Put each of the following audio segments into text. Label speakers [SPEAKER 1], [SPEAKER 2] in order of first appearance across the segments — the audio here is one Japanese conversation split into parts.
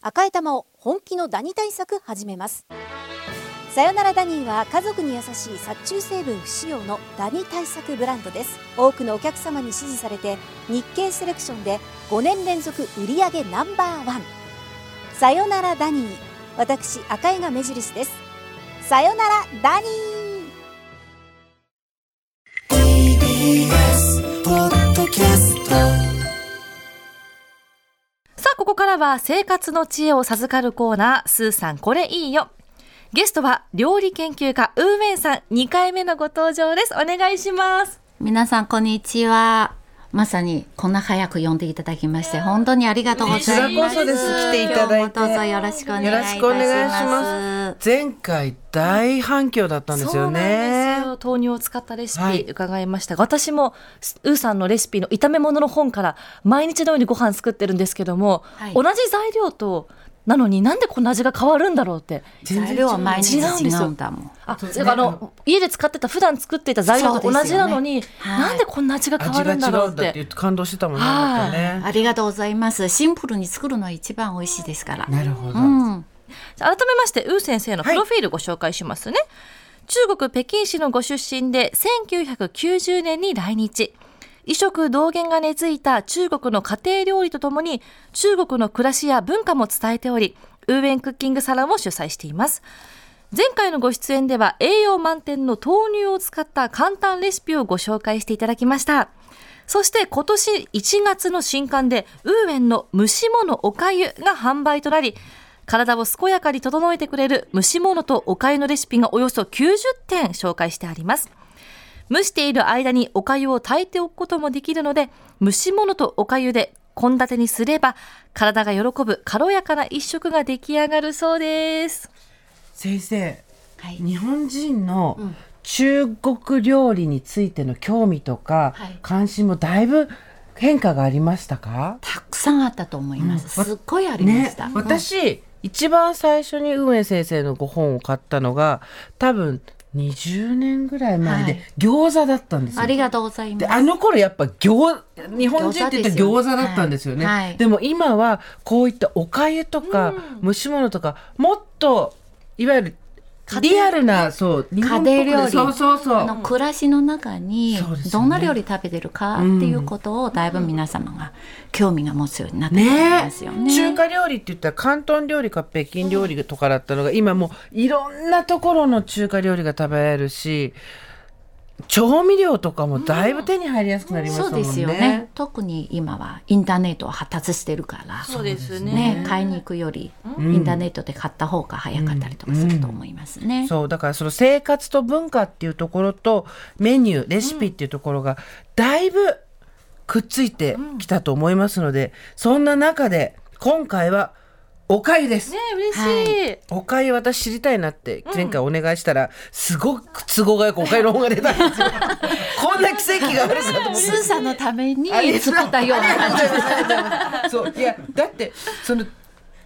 [SPEAKER 1] 赤い玉を本気のダニ対策始めますさよならダニーは家族に優しい殺虫成分不使用のダニ対策ブランドです多くのお客様に支持されて日経セレクションで5年連続売上ナンバーワンさよならダニー私赤井が目印ですさよならダニー
[SPEAKER 2] TBS ポッドキャスト
[SPEAKER 3] さあ、ここからは生活の知恵を授かるコーナー、スーさんこれいいよ。ゲストは料理研究家、ウーメンさん、2回目のご登場です。お願いします。
[SPEAKER 4] 皆さんこんにちはまさにこんな早く呼んでいただきまして本当にありがとうございます
[SPEAKER 5] こちらこそです来ていただいて
[SPEAKER 4] 今日もどうぞよろしくお願いい
[SPEAKER 5] よろ
[SPEAKER 4] た
[SPEAKER 5] し
[SPEAKER 4] し
[SPEAKER 5] くお願いし
[SPEAKER 4] ま
[SPEAKER 5] ますす。前回大反響だったんです
[SPEAKER 3] そう
[SPEAKER 5] よね。
[SPEAKER 3] なんですよ豆乳を使ったレシ
[SPEAKER 5] はい
[SPEAKER 3] ピ伺いましたが、私もスウーさんのレシピの炒め物の本から毎日のようにご飯作ってるんですけども、
[SPEAKER 4] はい
[SPEAKER 3] 同じ材料となのになんでこんな味が変わるんだろうって。
[SPEAKER 4] 材料は毎日
[SPEAKER 3] 違うん
[SPEAKER 4] 違
[SPEAKER 3] ですよ
[SPEAKER 4] うんだもん
[SPEAKER 3] あ、
[SPEAKER 5] そう
[SPEAKER 3] だからあの家で使ってた普段作っていた材料と同じなのに、
[SPEAKER 4] そうですよねはい
[SPEAKER 3] なんでこんな味が変わ
[SPEAKER 5] 味が
[SPEAKER 3] る
[SPEAKER 5] 違
[SPEAKER 3] んだろう
[SPEAKER 5] う
[SPEAKER 3] っ
[SPEAKER 5] んだってて。感動してたもんね。なんかね
[SPEAKER 4] ありがとうございますシンプルに作るのは一番美味しいですから
[SPEAKER 5] なるほど。
[SPEAKER 4] うん、
[SPEAKER 3] 改めまして、ウー先生のプロフィールご紹介しますね。中国北京市のご出身で、1990年に来日。異色同源が根付いた中国の家庭料理とともに、中国の暮らしや文化も伝えており、ウーウェンクッキングサロンを主催しています。前回のご出演では栄養満点の豆乳を使った簡単レシピをご紹介していただきました。そして今年1月の新刊でウーエンの蒸し物おかゆが販売となり、体を健やかに整えてくれる蒸し物とおかゆのレシピがおよそ90点紹介してあります。蒸している間にお粥を炊いておくこともできるので、蒸し物とお粥で献立にすれば、体が喜ぶ軽やかな一食が出来上がるそうです。
[SPEAKER 5] 先生、
[SPEAKER 4] はい
[SPEAKER 5] 日本人の中国料理についての興味とか
[SPEAKER 4] はい
[SPEAKER 5] 関心もだいぶ変化がありましたか？
[SPEAKER 4] たくさんあったと思います、
[SPEAKER 5] うん
[SPEAKER 4] すっごいありま
[SPEAKER 5] ね
[SPEAKER 4] した、、
[SPEAKER 5] 私一番最初に運営先生のご本を買ったのが多分20年ぐらい前
[SPEAKER 4] は
[SPEAKER 5] で
[SPEAKER 4] い
[SPEAKER 5] 餃子だったんですよ。
[SPEAKER 4] ありがとうござい
[SPEAKER 5] で
[SPEAKER 4] ます
[SPEAKER 5] あの頃やっぱ餃日本人って言ったら餃子だったんですよね、
[SPEAKER 4] はいはい
[SPEAKER 5] でも今はこういったおかゆとか蒸し物とかもっといわゆるリアルなそう日
[SPEAKER 4] 家
[SPEAKER 5] 本
[SPEAKER 4] 庭料理
[SPEAKER 5] そうそうそ
[SPEAKER 4] あの
[SPEAKER 5] う
[SPEAKER 4] 暮らしの中に
[SPEAKER 5] そうですよね
[SPEAKER 4] どんな料理食べてるかっていうことをだいぶ皆様が興味が持つようになってきてますよね。
[SPEAKER 5] 中華料理って言ったら広東料理か北京料理とかだったのが、今もういろんなところの中華料理が食べられるし調味料とかもだいぶ手に入りやすくなりました
[SPEAKER 4] そ
[SPEAKER 5] も
[SPEAKER 4] うん
[SPEAKER 5] ね。
[SPEAKER 4] ですよね。特に今はインターネットは発達してるから、
[SPEAKER 3] そうです
[SPEAKER 4] ね、買いに行くよりインターネットで買った方が早かったりとかすると思いますね。
[SPEAKER 5] そうだからその生活と文化っていうところとメニューレシピっていうところがだいぶくっついてきたと思いますので、そんな中で今回はおかゆです。
[SPEAKER 3] ね嬉しい。
[SPEAKER 5] おかゆ私知りたいなって前回お願いしたら、すごく都合がよくおかゆの方が出たん ですよ。こんな奇跡があるかと思って
[SPEAKER 4] スーさんのために
[SPEAKER 5] ありがとう
[SPEAKER 4] 作ったような感じです。
[SPEAKER 5] そういやだってその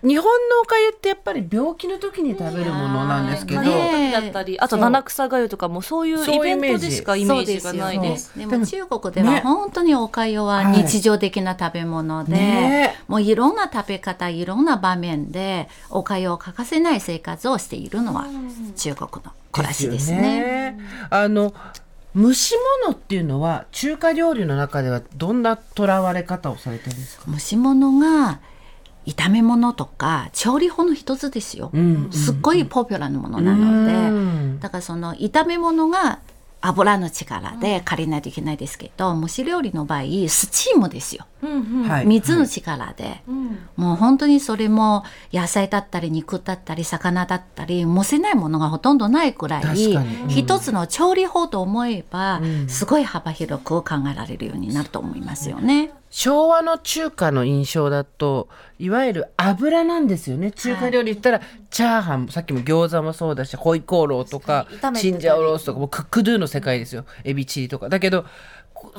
[SPEAKER 5] 日本のおかゆってやっぱり病気の時に食べるものなんですけど、
[SPEAKER 4] いやーね
[SPEAKER 3] だったり、あと七草がゆとかもそういう
[SPEAKER 5] そう
[SPEAKER 3] イベントでしかイメ
[SPEAKER 4] そ
[SPEAKER 3] ー
[SPEAKER 4] う
[SPEAKER 3] ジ
[SPEAKER 4] です
[SPEAKER 3] が
[SPEAKER 4] よ
[SPEAKER 3] ない
[SPEAKER 4] ね
[SPEAKER 3] です。。
[SPEAKER 4] でも中国では
[SPEAKER 5] ね
[SPEAKER 4] 本当におかゆは日常的な食べ物で、
[SPEAKER 5] ね
[SPEAKER 4] もういろんな食べ方、いろんな場面でおかゆを欠かせない生活をしているのは中国の暮らしですね。
[SPEAKER 5] あの蒸し物っていうのは中華料理の中ではどんなとらわれ方をされてるんですか。
[SPEAKER 4] 蒸し物が炒め物とか調理法の一つですよ。すっごいポピュラーなものなので、
[SPEAKER 5] うん
[SPEAKER 4] だからその炒め物が油の力で借りないといけないですけど、蒸し料理の場合スチームですよ。
[SPEAKER 5] は
[SPEAKER 4] 水の力で、もう本当にそれも野菜だったり肉だったり魚だったり蒸せないものがほとんどないくらい
[SPEAKER 5] 確かにうん
[SPEAKER 4] 一つの調理法と思えば、すごい幅広く考えられるようになると思いますよね。
[SPEAKER 5] 昭和の中華の印象だといわゆる油なんですよね中華料理言ったら、チャーハンさっきも餃子もそうだしホイコーローとかチンジャオロースとかもうクックドゥの世界ですよエビチリとかだけどこ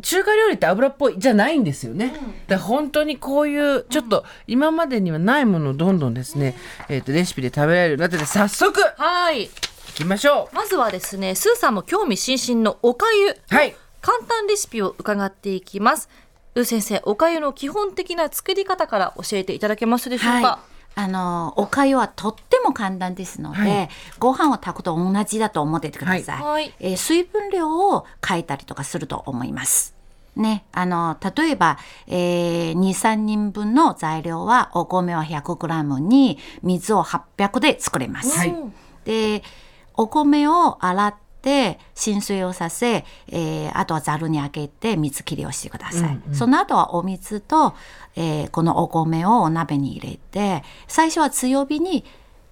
[SPEAKER 5] 中華料理って油っぽいじゃないんですよね、だから本当にこういうちょっと今までにはないものをどんどんですね、えー、とレシピで食べられるようになってて早速
[SPEAKER 3] はい。
[SPEAKER 5] いきましょう
[SPEAKER 3] まずはですね、スーさんも興味津々のおかゆ。
[SPEAKER 5] はい。
[SPEAKER 3] 簡単レシピを伺っていきます。ウー先生、おかゆの基本的な作り方から教えていただけますでしょうか。
[SPEAKER 4] はいあのおかゆはとっても簡単ですので、
[SPEAKER 5] は
[SPEAKER 4] ご飯を炊くと同じだと思っててください、
[SPEAKER 3] はい
[SPEAKER 4] えー水分量を変えたりとかすると思います。ね、あの例えば、えー、23人分の材料はお米は 100g に水を800で作れます。
[SPEAKER 5] はい
[SPEAKER 4] でお米を洗って浸水をさせ、えーあとはざるにあけて水切りをしてください、
[SPEAKER 5] うんうん
[SPEAKER 4] その後はお水と、えーこのお米をお鍋に入れて最初は強火に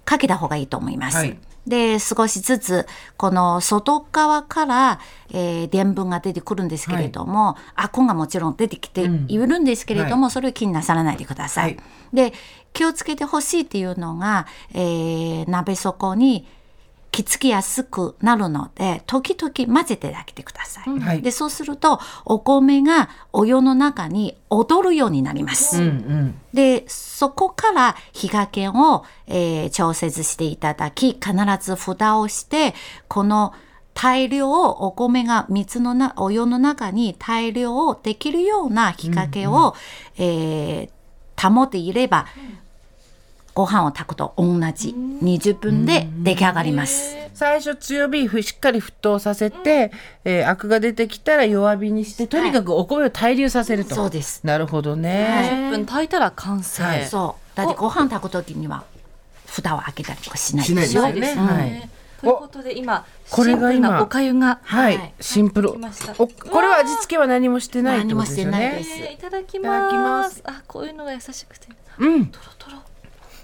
[SPEAKER 4] かけた方がいいと思います、
[SPEAKER 5] はい
[SPEAKER 4] で少しずつこの外側から、えー、でんぷんが出てくるんですけれども、アコンがもちろん出てきて
[SPEAKER 5] うん
[SPEAKER 4] いるんですけれども、それを気になさらないでください。
[SPEAKER 5] はい
[SPEAKER 4] で気をつけてほしいっていうのが、えー、鍋底にきつきやすくなるので時々混ぜてあげてください。
[SPEAKER 5] んはい
[SPEAKER 4] でそうするとお米がお湯の中に踊るようになります。
[SPEAKER 5] うんうん
[SPEAKER 4] でそこから火加減を、えー調節していただき必ず蓋をしてこの大量をお米が水のなお湯の中に大量をできるような火加減を、えー保っていれば、ご飯を炊くと同じ20分で出来上がります。
[SPEAKER 5] 最初強火ふしっかり沸騰させて、えーアクが出てきたら弱火にしてとにかくお米を対流させると、
[SPEAKER 4] そうです
[SPEAKER 5] なるほど
[SPEAKER 3] 10
[SPEAKER 5] ね、
[SPEAKER 3] 分炊いたら完成、
[SPEAKER 5] はい
[SPEAKER 4] そうだってご飯炊く時には蓋を開けたりとかしない
[SPEAKER 5] しな
[SPEAKER 4] で
[SPEAKER 5] いで
[SPEAKER 4] し
[SPEAKER 5] す
[SPEAKER 4] ょ
[SPEAKER 3] な
[SPEAKER 5] よ
[SPEAKER 3] い
[SPEAKER 5] ね
[SPEAKER 3] ですね、
[SPEAKER 5] はい
[SPEAKER 3] ということで今
[SPEAKER 5] これが今
[SPEAKER 3] シンプルなおかゆが
[SPEAKER 5] はい、
[SPEAKER 4] はい
[SPEAKER 5] シンプル
[SPEAKER 3] きました
[SPEAKER 5] おこれは味付けは何もしてないってことですよ
[SPEAKER 4] 何もしてないで
[SPEAKER 5] ね
[SPEAKER 4] す
[SPEAKER 3] えーいただき
[SPEAKER 5] いただき
[SPEAKER 3] ま
[SPEAKER 5] ますす
[SPEAKER 3] あこういうのが優しくて
[SPEAKER 5] うん
[SPEAKER 3] トロトロ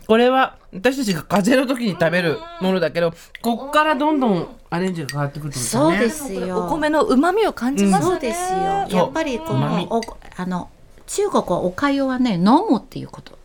[SPEAKER 5] これは私たちが風邪の時に食べるものだけどこっからどんどんアレンジが変わってくるってことだね
[SPEAKER 4] そうですよ
[SPEAKER 3] お米の旨味を感じますね、
[SPEAKER 4] そうですよ。
[SPEAKER 5] そう
[SPEAKER 4] やっぱりこ
[SPEAKER 5] うま
[SPEAKER 4] の
[SPEAKER 5] み
[SPEAKER 4] おあの中国はおかゆはね飲むっていうこと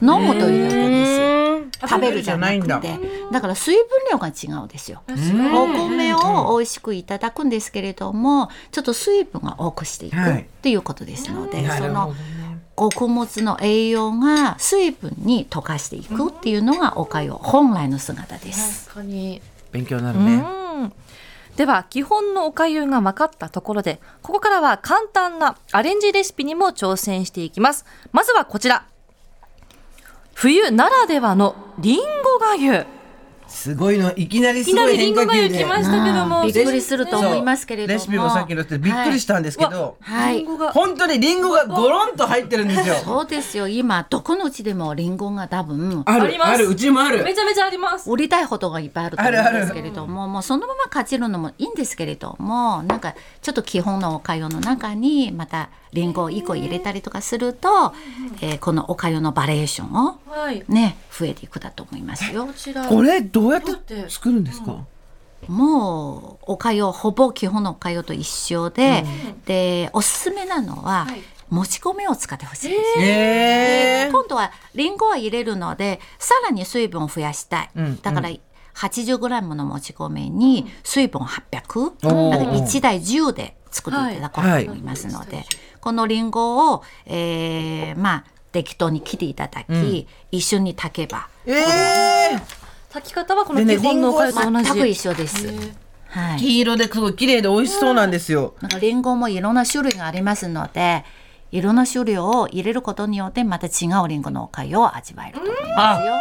[SPEAKER 4] 飲むということですよ。食べるじゃなく
[SPEAKER 5] だ
[SPEAKER 4] てだから水分量が違うんですよ。
[SPEAKER 3] 確かに
[SPEAKER 4] お米を美味しくいただくんですけれどもちょっと水分が多くしていく
[SPEAKER 5] はい
[SPEAKER 4] っていうことですので、
[SPEAKER 5] な
[SPEAKER 4] そ
[SPEAKER 5] るほど
[SPEAKER 4] の
[SPEAKER 5] ね
[SPEAKER 4] 穀物の栄養が水分に溶かしていくっていうのがおかゆ本来の姿です。
[SPEAKER 3] 確かに
[SPEAKER 5] 勉強になるね、
[SPEAKER 3] うんでは基本のおかゆが分かったところでここからは簡単なアレンジレシピにも挑戦していきますまずはこちら冬ならではのりんごがゆ
[SPEAKER 5] すごいのいきなり
[SPEAKER 3] いきなりりんごがゆきましたけども
[SPEAKER 4] あーびっくりすると思いますけれども。
[SPEAKER 5] レシピもさっきのってびっくりしたんですけど、
[SPEAKER 4] はい。
[SPEAKER 3] りんごが
[SPEAKER 5] 本当にリンゴがゴロンと入ってるんですよ
[SPEAKER 4] そうですよ今どこのうちでもリンゴが多分
[SPEAKER 5] あ
[SPEAKER 3] あり
[SPEAKER 5] る
[SPEAKER 3] ます
[SPEAKER 5] あるうちもあ
[SPEAKER 3] め
[SPEAKER 5] る
[SPEAKER 3] ちゃめちゃあります
[SPEAKER 4] 売りたいことがいっぱいあると思
[SPEAKER 5] あるあ
[SPEAKER 4] うん
[SPEAKER 5] る
[SPEAKER 4] ですけれどももうそのままかじるのもいいんですけれどもなんかちょっと基本のおかゆの中にまたリンゴを1個入れたりとかすると、えーこのおかゆのバリエーションを
[SPEAKER 3] はい
[SPEAKER 4] ね増えていくだと思いますよ
[SPEAKER 3] こ。ちら
[SPEAKER 5] これどうやっ
[SPEAKER 3] どうやって
[SPEAKER 5] て作るんですか
[SPEAKER 4] もうおかゆほぼ基本のおかゆと一緒で、でおすすめなのは、
[SPEAKER 3] はい
[SPEAKER 4] もち米を使ってほしいです。
[SPEAKER 5] えー
[SPEAKER 4] 今度はリンゴは入れるのでさらに水分を増やしたい、
[SPEAKER 5] うん
[SPEAKER 4] だから 80g のもち米に水分800、
[SPEAKER 5] おー
[SPEAKER 4] だから1台10で作っていただこうと思いますので、このリンゴを、えーまあ適当に切っていただき、
[SPEAKER 5] ん
[SPEAKER 4] 一緒に炊けば
[SPEAKER 5] えー
[SPEAKER 3] 炊き方はこの
[SPEAKER 5] でね
[SPEAKER 3] 基本のおかゆと同
[SPEAKER 4] 全く一
[SPEAKER 3] じ
[SPEAKER 4] 緒です。はい、
[SPEAKER 5] 黄色ですごい綺麗で美味しそうなんですよ
[SPEAKER 4] なんかリンゴもいろんな種類がありますのでいろんな種類を入れることによってまた違うリンゴのおかゆを味わえると思いますよ。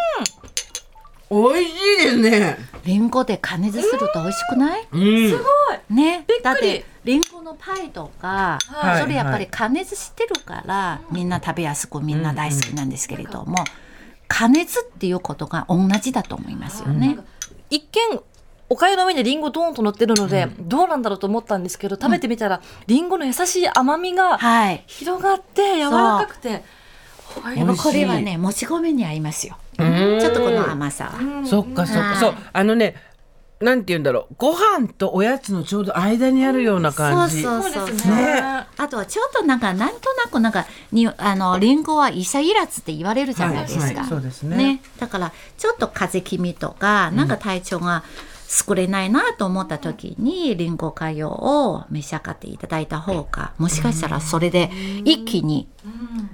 [SPEAKER 5] 美味しいですね
[SPEAKER 4] リンゴで加熱すると美味しくない、
[SPEAKER 5] うん
[SPEAKER 4] ね
[SPEAKER 3] びっくり
[SPEAKER 4] だってリンゴのパイとか、
[SPEAKER 5] はい
[SPEAKER 4] それやっぱり加熱してるから、みんな食べやすくみんな大好きなんですけれども、加熱っていうことが同じだと思いますよね。
[SPEAKER 3] 一見おかゆの上にリンゴドーンと乗ってるので、どうなんだろうと思ったんですけど食べてみたら、リンゴの優しい甘みが
[SPEAKER 4] はい。
[SPEAKER 3] 広がって柔らかくて美味しい
[SPEAKER 5] 美味しい
[SPEAKER 4] これはねもち米に合いますよ。ち
[SPEAKER 5] ん
[SPEAKER 4] ょっとこの甘さは。
[SPEAKER 5] そっかそっ
[SPEAKER 4] はい
[SPEAKER 5] かそうあのねなんて言うんだろうご飯とおやつのちょうど間にあるような感じ
[SPEAKER 4] そうそう
[SPEAKER 3] そ
[SPEAKER 4] そう
[SPEAKER 3] で
[SPEAKER 4] うそう。
[SPEAKER 3] すね
[SPEAKER 5] ね
[SPEAKER 4] あとはちょっとなんかなんとなくなんかにあのリンゴは医者いらずって言われるじゃないですか。
[SPEAKER 5] はいはいそうですね
[SPEAKER 4] だからちょっと風邪気味とかなんか体調が優れないなと思った時に、リンゴかよを召し上がっていただいた方がもしかしたらそれで一気に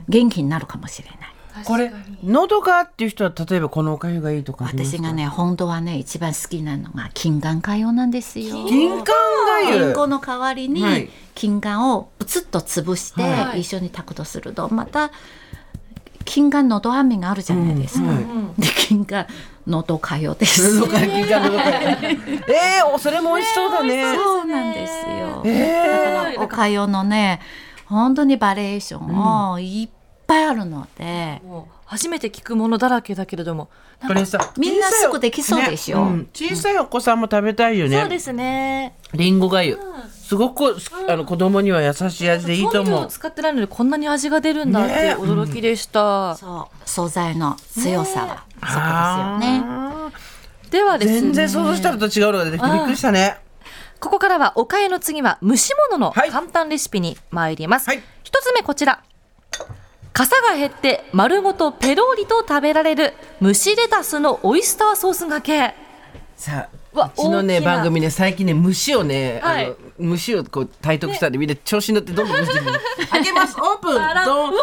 [SPEAKER 4] 元気になるかもしれない。
[SPEAKER 5] これ喉がっていう人は例えばこのおかゆがいいとかあります
[SPEAKER 4] 私がね本当はね一番好きなのが金眼かよなんですよ。
[SPEAKER 5] 銀柑がゆ
[SPEAKER 4] リンゴの代わりに
[SPEAKER 5] はい
[SPEAKER 4] 金柑をプツッと潰して
[SPEAKER 5] は
[SPEAKER 4] 一緒に炊くとするとまた金眼のど飴があるじゃないですか。
[SPEAKER 5] うんはい
[SPEAKER 4] で金眼のどかよです。
[SPEAKER 5] 喉から金柑のどか えー、おそれも美味しそうだね。
[SPEAKER 4] そうなんですよ。
[SPEAKER 5] え
[SPEAKER 4] だからおかよのね本当にバリエーションをいっぱいあるので、
[SPEAKER 3] もう初めて聞くものだらけだけれども
[SPEAKER 5] ー、これさ
[SPEAKER 4] みんなすぐできそうでしょ
[SPEAKER 5] ねん小さいお子さんも食べたいよね。
[SPEAKER 3] そうですね
[SPEAKER 5] リンゴがゆ、すごくすあの子供には優しい味でいいと
[SPEAKER 3] 調味料
[SPEAKER 5] 思
[SPEAKER 3] を
[SPEAKER 5] う。
[SPEAKER 3] 使ってないのでこんなに味が出るんだって驚きでした、
[SPEAKER 4] そう素材の強さは
[SPEAKER 5] あ
[SPEAKER 4] そうですよね。
[SPEAKER 5] ー
[SPEAKER 3] ではですね
[SPEAKER 5] 全然想像したのと違うのが出てきてびっくりしたね。
[SPEAKER 3] ここからはおかゆの次は蒸し物の
[SPEAKER 5] はい
[SPEAKER 3] 簡単レシピに参ります。
[SPEAKER 5] はい
[SPEAKER 3] 一つ目こちら。傘が減って丸ごとペロリと食べられる蒸しレタスのオイスターソースがけ。
[SPEAKER 5] さ
[SPEAKER 3] うわ
[SPEAKER 5] あ、うちのね
[SPEAKER 3] 大きな
[SPEAKER 5] 番組ね最近ね虫をね、
[SPEAKER 3] はい
[SPEAKER 5] あの虫をこう体得したんで、みんな調子に乗ってどんどん虫に。あげます。オープン。
[SPEAKER 3] ら
[SPEAKER 5] ドン
[SPEAKER 3] うわ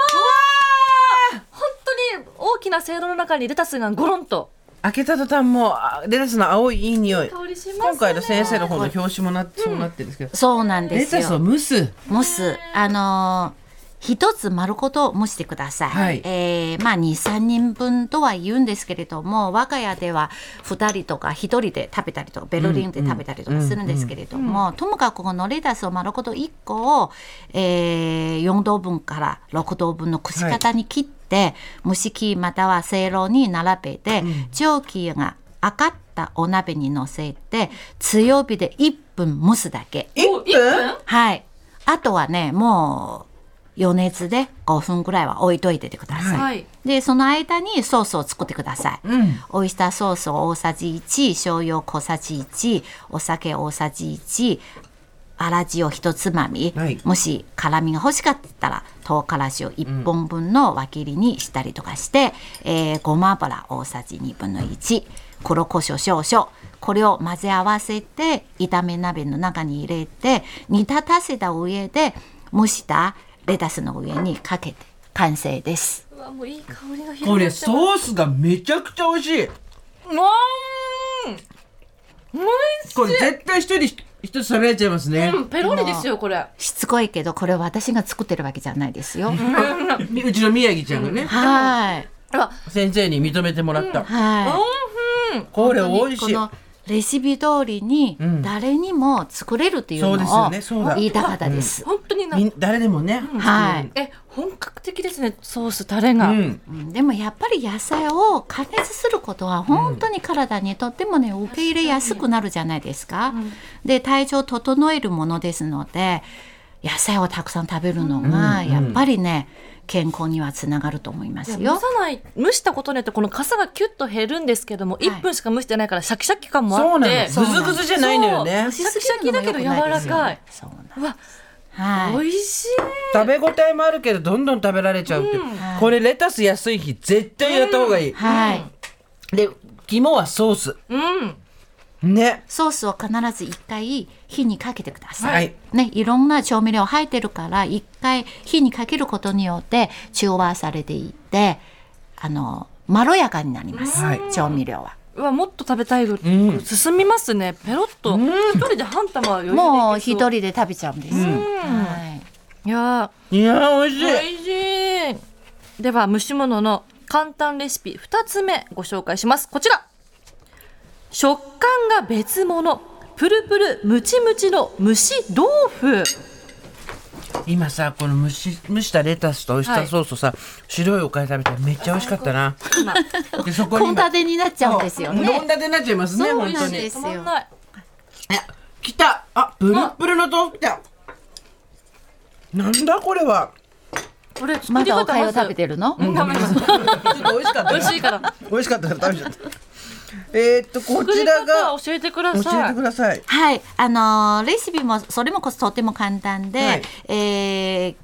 [SPEAKER 3] ー本当に大きなせいろの中にレタスがゴロンと。
[SPEAKER 5] 開けた途端もうあレタスの青いいい匂い。
[SPEAKER 3] 香りしますね
[SPEAKER 5] 今回の先生の方の表紙もなそうなってるんですけど、
[SPEAKER 4] そうなんで
[SPEAKER 5] レ
[SPEAKER 4] す
[SPEAKER 5] タ
[SPEAKER 4] よ。
[SPEAKER 5] スを蒸す。
[SPEAKER 4] 蒸す、あのー一つ丸ごと蒸してください。
[SPEAKER 5] はい
[SPEAKER 4] えーまあ2、3人分とは言うんですけれども、我が家では2人とか1人で食べたりとか、ベルリンで食べたりとかするんですけれども、ともかくこのレタスを丸ごと1個を、え4等分から6等分のくし形に切って、蒸し器またはせいろに並べて、蒸気が上がったお鍋に乗せて、強火で1分蒸すだけ。
[SPEAKER 5] 一分？
[SPEAKER 4] はい。あとはね、もう余熱で5分ぐらいは置いといててください。
[SPEAKER 3] はい。
[SPEAKER 4] で、その間にソースを作ってください。
[SPEAKER 5] うん。
[SPEAKER 4] オイスターソースを大さじ1、醤油を小さじ1、お酒大さじ1、粗塩一つまみ、
[SPEAKER 5] はい
[SPEAKER 4] もし辛みが欲しかったら唐辛子を1本分の輪切りにしたりとかして、えーごま油大さじ1分の1黒胡椒少々これを混ぜ合わせて炒め鍋の中に入れて煮立たせた上で蒸したレタスの上にかけて完成です。
[SPEAKER 3] うわもういい香りが広がってます。
[SPEAKER 5] これソースがめちゃくちゃ美味しい。
[SPEAKER 3] うわーん。も
[SPEAKER 5] これ絶対一人ひ一つ食べられちゃいますね。
[SPEAKER 3] うペロリですよこれ。
[SPEAKER 4] しつこいけどこれ私が作ってるわけじゃないですよ。
[SPEAKER 5] みうちの宮城ちゃんがね、
[SPEAKER 4] はい。
[SPEAKER 3] うわ
[SPEAKER 5] 先生に認めてもらった。
[SPEAKER 4] は
[SPEAKER 5] こ
[SPEAKER 4] い。
[SPEAKER 5] れ美味
[SPEAKER 4] 本
[SPEAKER 5] しい。
[SPEAKER 4] 当にこのレシピ通りに
[SPEAKER 5] ん
[SPEAKER 4] 誰にも作れるっていうの
[SPEAKER 5] そうですよ
[SPEAKER 4] を
[SPEAKER 5] ねそうだ
[SPEAKER 4] 言いたかったです。
[SPEAKER 3] 本当にな
[SPEAKER 5] みん誰でもね。
[SPEAKER 4] はい。
[SPEAKER 3] え本格的ですねソースタレが。
[SPEAKER 5] うん。
[SPEAKER 4] うんでもやっぱり野菜を加熱することは本当に体にとってもね受け入れやすくなるじゃないですか。で体調を整えるものですので野菜をたくさん食べるのがやっぱりね健康にはつながると思います
[SPEAKER 3] 蒸
[SPEAKER 4] よ
[SPEAKER 3] さ。ない蒸したことによってこの傘がキュッと減るんですけども、
[SPEAKER 4] い
[SPEAKER 3] 一1分しか蒸してないからシャキシャキ感もあ
[SPEAKER 5] そう
[SPEAKER 3] っ
[SPEAKER 5] な
[SPEAKER 3] て
[SPEAKER 5] の。ぐずぐずじゃないのよね
[SPEAKER 4] 蒸。しすぎるのも良くないですよねそうなん
[SPEAKER 3] うわ
[SPEAKER 4] はい。
[SPEAKER 3] 美味しい
[SPEAKER 5] 食べ応えもあるけどどんどん食べられちゃうっていう、これレタス安い日絶対やった方がいい、
[SPEAKER 4] はい。
[SPEAKER 5] で肝はソース
[SPEAKER 3] うん
[SPEAKER 5] ね
[SPEAKER 4] ソースを必ず一回火にかけてください。
[SPEAKER 5] はい
[SPEAKER 4] ね、いろんな調味料入ってるから一回火にかけることによって中和されていってあのまろやかになります、
[SPEAKER 5] はい
[SPEAKER 4] 調味料は。
[SPEAKER 3] うわもっと食べたいの、進みますねペロッと一人で半玉は余裕でいけそう
[SPEAKER 4] もう一人で食べちゃうんです。はい
[SPEAKER 3] いや
[SPEAKER 5] いやー美味しい、
[SPEAKER 3] ー美味しいでは蒸し物の簡単レシピ2つ目ご紹介しますこちら食感が別物プルプルムチムチの蒸し豆腐
[SPEAKER 5] 今さこの蒸し蒸したレタスとオイスターソースとさ、白いおかゆ食べてめっちゃ美味しかったなでそこ
[SPEAKER 4] 献
[SPEAKER 5] 今
[SPEAKER 4] 立になっちゃうんですよ
[SPEAKER 5] そう
[SPEAKER 4] ね
[SPEAKER 5] 献。立になっちゃいますね
[SPEAKER 4] そう
[SPEAKER 5] 本
[SPEAKER 4] な
[SPEAKER 5] 当
[SPEAKER 4] ん
[SPEAKER 5] に
[SPEAKER 4] で
[SPEAKER 5] い
[SPEAKER 4] す
[SPEAKER 3] 止ま
[SPEAKER 4] よ
[SPEAKER 3] んない
[SPEAKER 5] や来たあプルップルの豆腐来たなんだこれは
[SPEAKER 3] これ作
[SPEAKER 4] ま
[SPEAKER 3] り
[SPEAKER 4] だ
[SPEAKER 3] 方
[SPEAKER 4] おかゆを食べ
[SPEAKER 3] る
[SPEAKER 4] てるの、
[SPEAKER 3] 食べてます
[SPEAKER 5] ちょっと美味しかっ た
[SPEAKER 3] 美
[SPEAKER 5] な
[SPEAKER 3] 味しいから
[SPEAKER 5] 美味しかったから食べちゃったえーっとこ
[SPEAKER 3] 作
[SPEAKER 5] ち
[SPEAKER 3] り
[SPEAKER 5] ら
[SPEAKER 3] 方
[SPEAKER 5] が
[SPEAKER 3] を教えてくだ
[SPEAKER 5] 教え
[SPEAKER 3] さ
[SPEAKER 5] て
[SPEAKER 3] い
[SPEAKER 5] ください
[SPEAKER 4] はい、あのーレシピもそれもこそとても簡単で、
[SPEAKER 5] はい
[SPEAKER 4] えー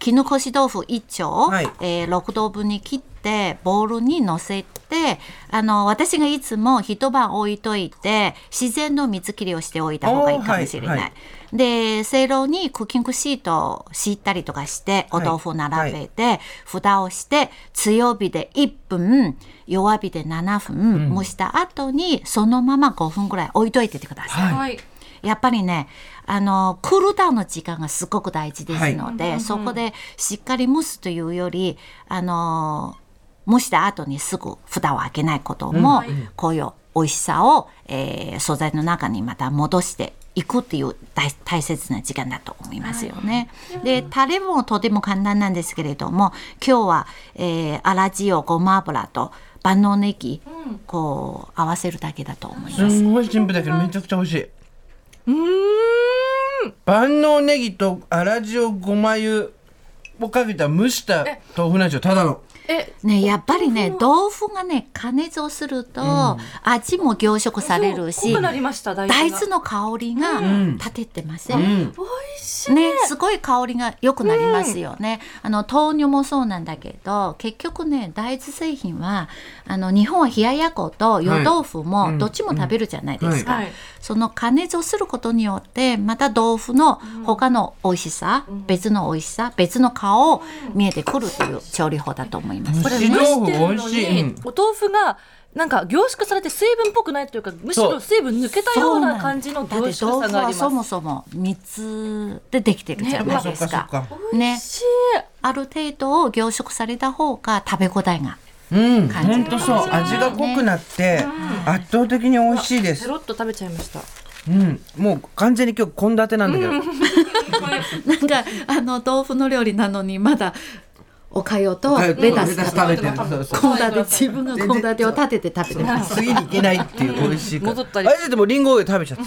[SPEAKER 4] 絹こし豆腐1丁、
[SPEAKER 5] はい
[SPEAKER 4] え6等分に切ってボウルにのせてあの私がいつも一晩置いといて自然の水切りをしておいた方がいいかもしれない。
[SPEAKER 5] おーはいは
[SPEAKER 4] でせいろにクッキングシートを敷いたりとかしてお
[SPEAKER 5] はい
[SPEAKER 4] 豆腐を並べて、蓋をして強火で1分弱火で7分蒸した後にそのまま5分ぐらい置いといててください。
[SPEAKER 3] はい
[SPEAKER 4] やっぱりねあのクールダウンの時間がすごく大事ですので、
[SPEAKER 3] はい
[SPEAKER 4] そこでしっかり蒸すというよりあの蒸した後にすぐ蓋を開けないことも、こういう美味しさを、えー素材の中にまた戻していくっていう大大切な時間だと思いますよね。でタレもとても簡単なんですけれども今日は、えー、粗塩ごま油と万能ネギ、こう合わせるだけだと思います。
[SPEAKER 5] すんごいシンプルだけどめちゃくちゃ美味しい。万能ネギと粗塩ごま油をかけた蒸した豆腐なんですよただの。
[SPEAKER 3] え、
[SPEAKER 4] ね、やっぱりね豆腐がね加熱をすると、味も凝縮される
[SPEAKER 3] そう
[SPEAKER 4] し
[SPEAKER 3] 濃くなりました大
[SPEAKER 4] 大
[SPEAKER 3] 豆が。
[SPEAKER 4] 豆の香りが立ててません、
[SPEAKER 5] うん。
[SPEAKER 3] 美味しい。
[SPEAKER 4] ね、すごい香りが良くなりますよね。あの豆乳もそうなんだけど、結局ね、大豆製品はあの日本は冷ややっこと湯豆腐
[SPEAKER 5] はいう
[SPEAKER 4] も
[SPEAKER 5] ん
[SPEAKER 4] どっちも食べるじゃないです
[SPEAKER 3] は
[SPEAKER 4] か
[SPEAKER 3] い。
[SPEAKER 4] その加熱をすることによって、また豆腐の他の美味しさ、別の美味しさ、別の顔を見えてくるという調理法だと思います。
[SPEAKER 3] これ蒸し
[SPEAKER 5] 蒸し豆
[SPEAKER 3] て
[SPEAKER 5] 腐
[SPEAKER 3] るの
[SPEAKER 5] 美
[SPEAKER 3] に
[SPEAKER 5] 味しいうん
[SPEAKER 3] お豆腐がなんか凝縮されて水分っぽくないというかむしろ水分抜けたような感じの
[SPEAKER 4] だっ
[SPEAKER 3] 凝
[SPEAKER 4] て
[SPEAKER 3] 縮
[SPEAKER 4] 豆
[SPEAKER 3] さ
[SPEAKER 4] 腐
[SPEAKER 3] があ
[SPEAKER 4] は
[SPEAKER 3] りま
[SPEAKER 4] そも
[SPEAKER 3] す。
[SPEAKER 4] そも水でできてるじゃない
[SPEAKER 5] そ
[SPEAKER 4] で
[SPEAKER 5] っか
[SPEAKER 4] す
[SPEAKER 5] そっ
[SPEAKER 4] か。
[SPEAKER 5] か。
[SPEAKER 4] ね
[SPEAKER 3] 美味、し
[SPEAKER 4] ある程度を凝縮された方が食べ応えが
[SPEAKER 5] うん。
[SPEAKER 4] 感じ
[SPEAKER 5] 本当そう味が濃くなって圧倒的に美味しいで
[SPEAKER 3] い。ペ
[SPEAKER 5] す。
[SPEAKER 3] ロッと食べちゃいました。
[SPEAKER 5] うん。もう完全に今日献立なんだけ ど。
[SPEAKER 4] なんかあの豆腐の料理なのにまだおかゆと
[SPEAKER 5] はい
[SPEAKER 4] レタス
[SPEAKER 5] レ
[SPEAKER 4] 食べて
[SPEAKER 5] るそうそう
[SPEAKER 4] 献立自分が献立を立てて食べてます。
[SPEAKER 5] 次に行けないっていう美味しいから。
[SPEAKER 3] 戻ったり
[SPEAKER 5] あれでもリンゴを食べちゃった。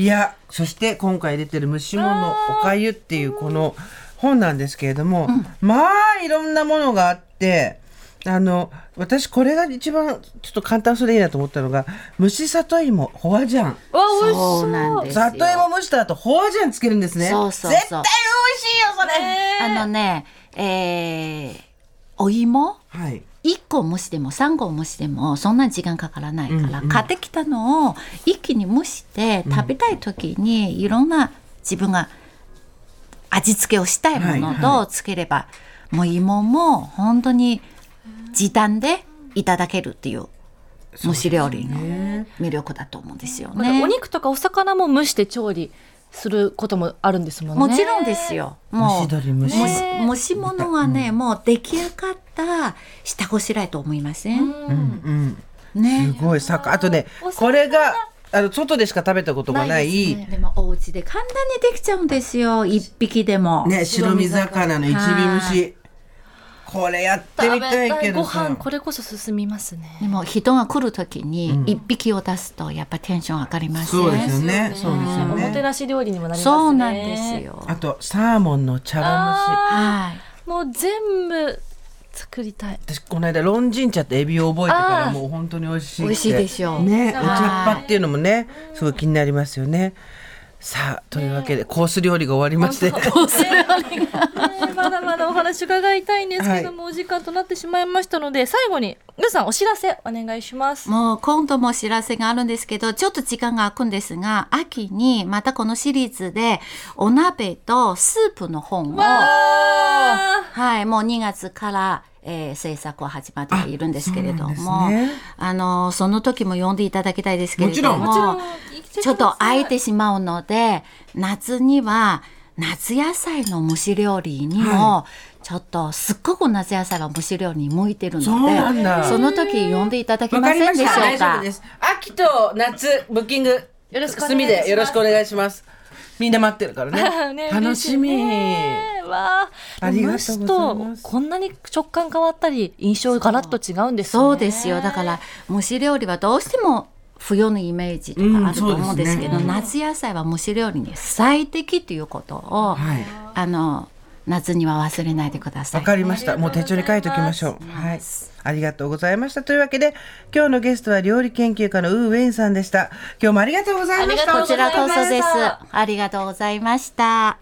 [SPEAKER 5] いや、そして今回出てる蒸し物おかゆっていうこの本なんですけれども、まあいろんなものがあって、あの、私これが一番ちょっと簡単そうでいいなと思ったのが、蒸し里芋、ホワジャン。
[SPEAKER 3] わ美味し
[SPEAKER 4] そ
[SPEAKER 3] そう
[SPEAKER 4] なん
[SPEAKER 3] う。
[SPEAKER 4] ですよ。
[SPEAKER 5] 里芋蒸した後、ホワジャンつけるんですね。
[SPEAKER 4] そうそうそう
[SPEAKER 5] 絶対
[SPEAKER 4] あのね、えー、お芋
[SPEAKER 5] はい。
[SPEAKER 4] 1個蒸しても3個蒸してもそんな時間かからないから、買ってきたのを一気に蒸して食べたい時にいろんな自分が味付けをしたいも
[SPEAKER 5] はい
[SPEAKER 4] のとつければ、もう芋も本当に時短でいただけるっていう蒸し料理の魅力だと思うんですよね。
[SPEAKER 3] お肉とかお魚も蒸して調理することもあるんですもんね。
[SPEAKER 4] もちろんですよ。も
[SPEAKER 5] 蒸し鶏蒸し
[SPEAKER 4] もし蒸し物はね、もう出来上がった下ごしらえと思いません、
[SPEAKER 5] うんうん。
[SPEAKER 4] ね。
[SPEAKER 5] すごい魚。あとね、これが、あの、外でしか食べたことがない、
[SPEAKER 4] でもお家で簡単にできちゃうんですよ一匹でも、
[SPEAKER 5] ね、白身魚の一尾蒸
[SPEAKER 4] は
[SPEAKER 5] し。これやってみたいけど
[SPEAKER 3] 食べたいご
[SPEAKER 5] さ
[SPEAKER 3] 飯。これこそ進みますね。
[SPEAKER 4] でも人が来る時に一匹を出すとやっぱテンション上がります
[SPEAKER 5] そうですよ
[SPEAKER 4] ね
[SPEAKER 5] ね。そうですよ
[SPEAKER 3] おもて
[SPEAKER 5] ね。
[SPEAKER 3] なし料理にもなりますね。
[SPEAKER 4] そうなんです。よ
[SPEAKER 5] あと、サーモンの茶碗蒸し。
[SPEAKER 4] はい
[SPEAKER 3] もう全部作りたい。
[SPEAKER 5] 私、この間、ロンジン茶ってエビを覚えてか
[SPEAKER 3] あ
[SPEAKER 5] ら、
[SPEAKER 3] ー
[SPEAKER 5] もう本当に美味しい。
[SPEAKER 4] 美味しいでしょう
[SPEAKER 5] ね、お茶っ
[SPEAKER 4] はい
[SPEAKER 5] 葉っていうのもね、すごい気になりますよね。さあ、というわけで、コース料理が終わりま して。
[SPEAKER 3] ねまだまだお話伺いたいんですけども、お時間となってしまいましたので最後に皆さんお知らせお願いします。
[SPEAKER 4] もう今度も知らせがあるんですけど、ちょっと時間が空くんですが、秋にまたこのシリーズで、お鍋とスープの本を、はい、もう2月から、えー制作を始まっているんですけれど
[SPEAKER 5] あそ
[SPEAKER 4] も、
[SPEAKER 5] うなんですね
[SPEAKER 4] あの、その時も読んでいただきたいですけれども、
[SPEAKER 5] も
[SPEAKER 3] ちろんもちろん
[SPEAKER 4] ちょっと空いてしまうので、夏には、夏野菜の蒸し料理にも、ちょっとすっごく夏野菜は蒸し料理に向いてるので
[SPEAKER 5] そうなんだ
[SPEAKER 4] その時読んでいただけませんでしょうか。
[SPEAKER 5] 大丈夫です。秋と夏ブッキングよろしく隅でよろしくお願いします。みんな待ってるから ね。
[SPEAKER 3] ね
[SPEAKER 5] 楽しみ。
[SPEAKER 3] 嬉いねわあ、
[SPEAKER 5] あり
[SPEAKER 3] 蒸
[SPEAKER 5] がとう
[SPEAKER 3] し
[SPEAKER 5] ござい
[SPEAKER 3] と
[SPEAKER 5] ます
[SPEAKER 3] こんなに食感変わったり印象ガラッと違うんですね。
[SPEAKER 4] そうですよ。だから蒸し料理はどうしても冬のイメージとかあると思うんですけど、
[SPEAKER 5] うんそうですね
[SPEAKER 4] 夏野菜は蒸し料理に最適ということを、
[SPEAKER 5] はい
[SPEAKER 4] あの夏には忘れないでくださ
[SPEAKER 5] わ
[SPEAKER 4] い。
[SPEAKER 5] かりました。もう手帳に書いておきましょう。はい。ありがとうございました。というわけで、今日のゲストは料理研究家のウーウェインさんでした。今日もありがとうございました。
[SPEAKER 3] ありがとうござ
[SPEAKER 4] こち
[SPEAKER 3] いま
[SPEAKER 4] ら
[SPEAKER 3] した
[SPEAKER 4] こそです。ありがとうございました。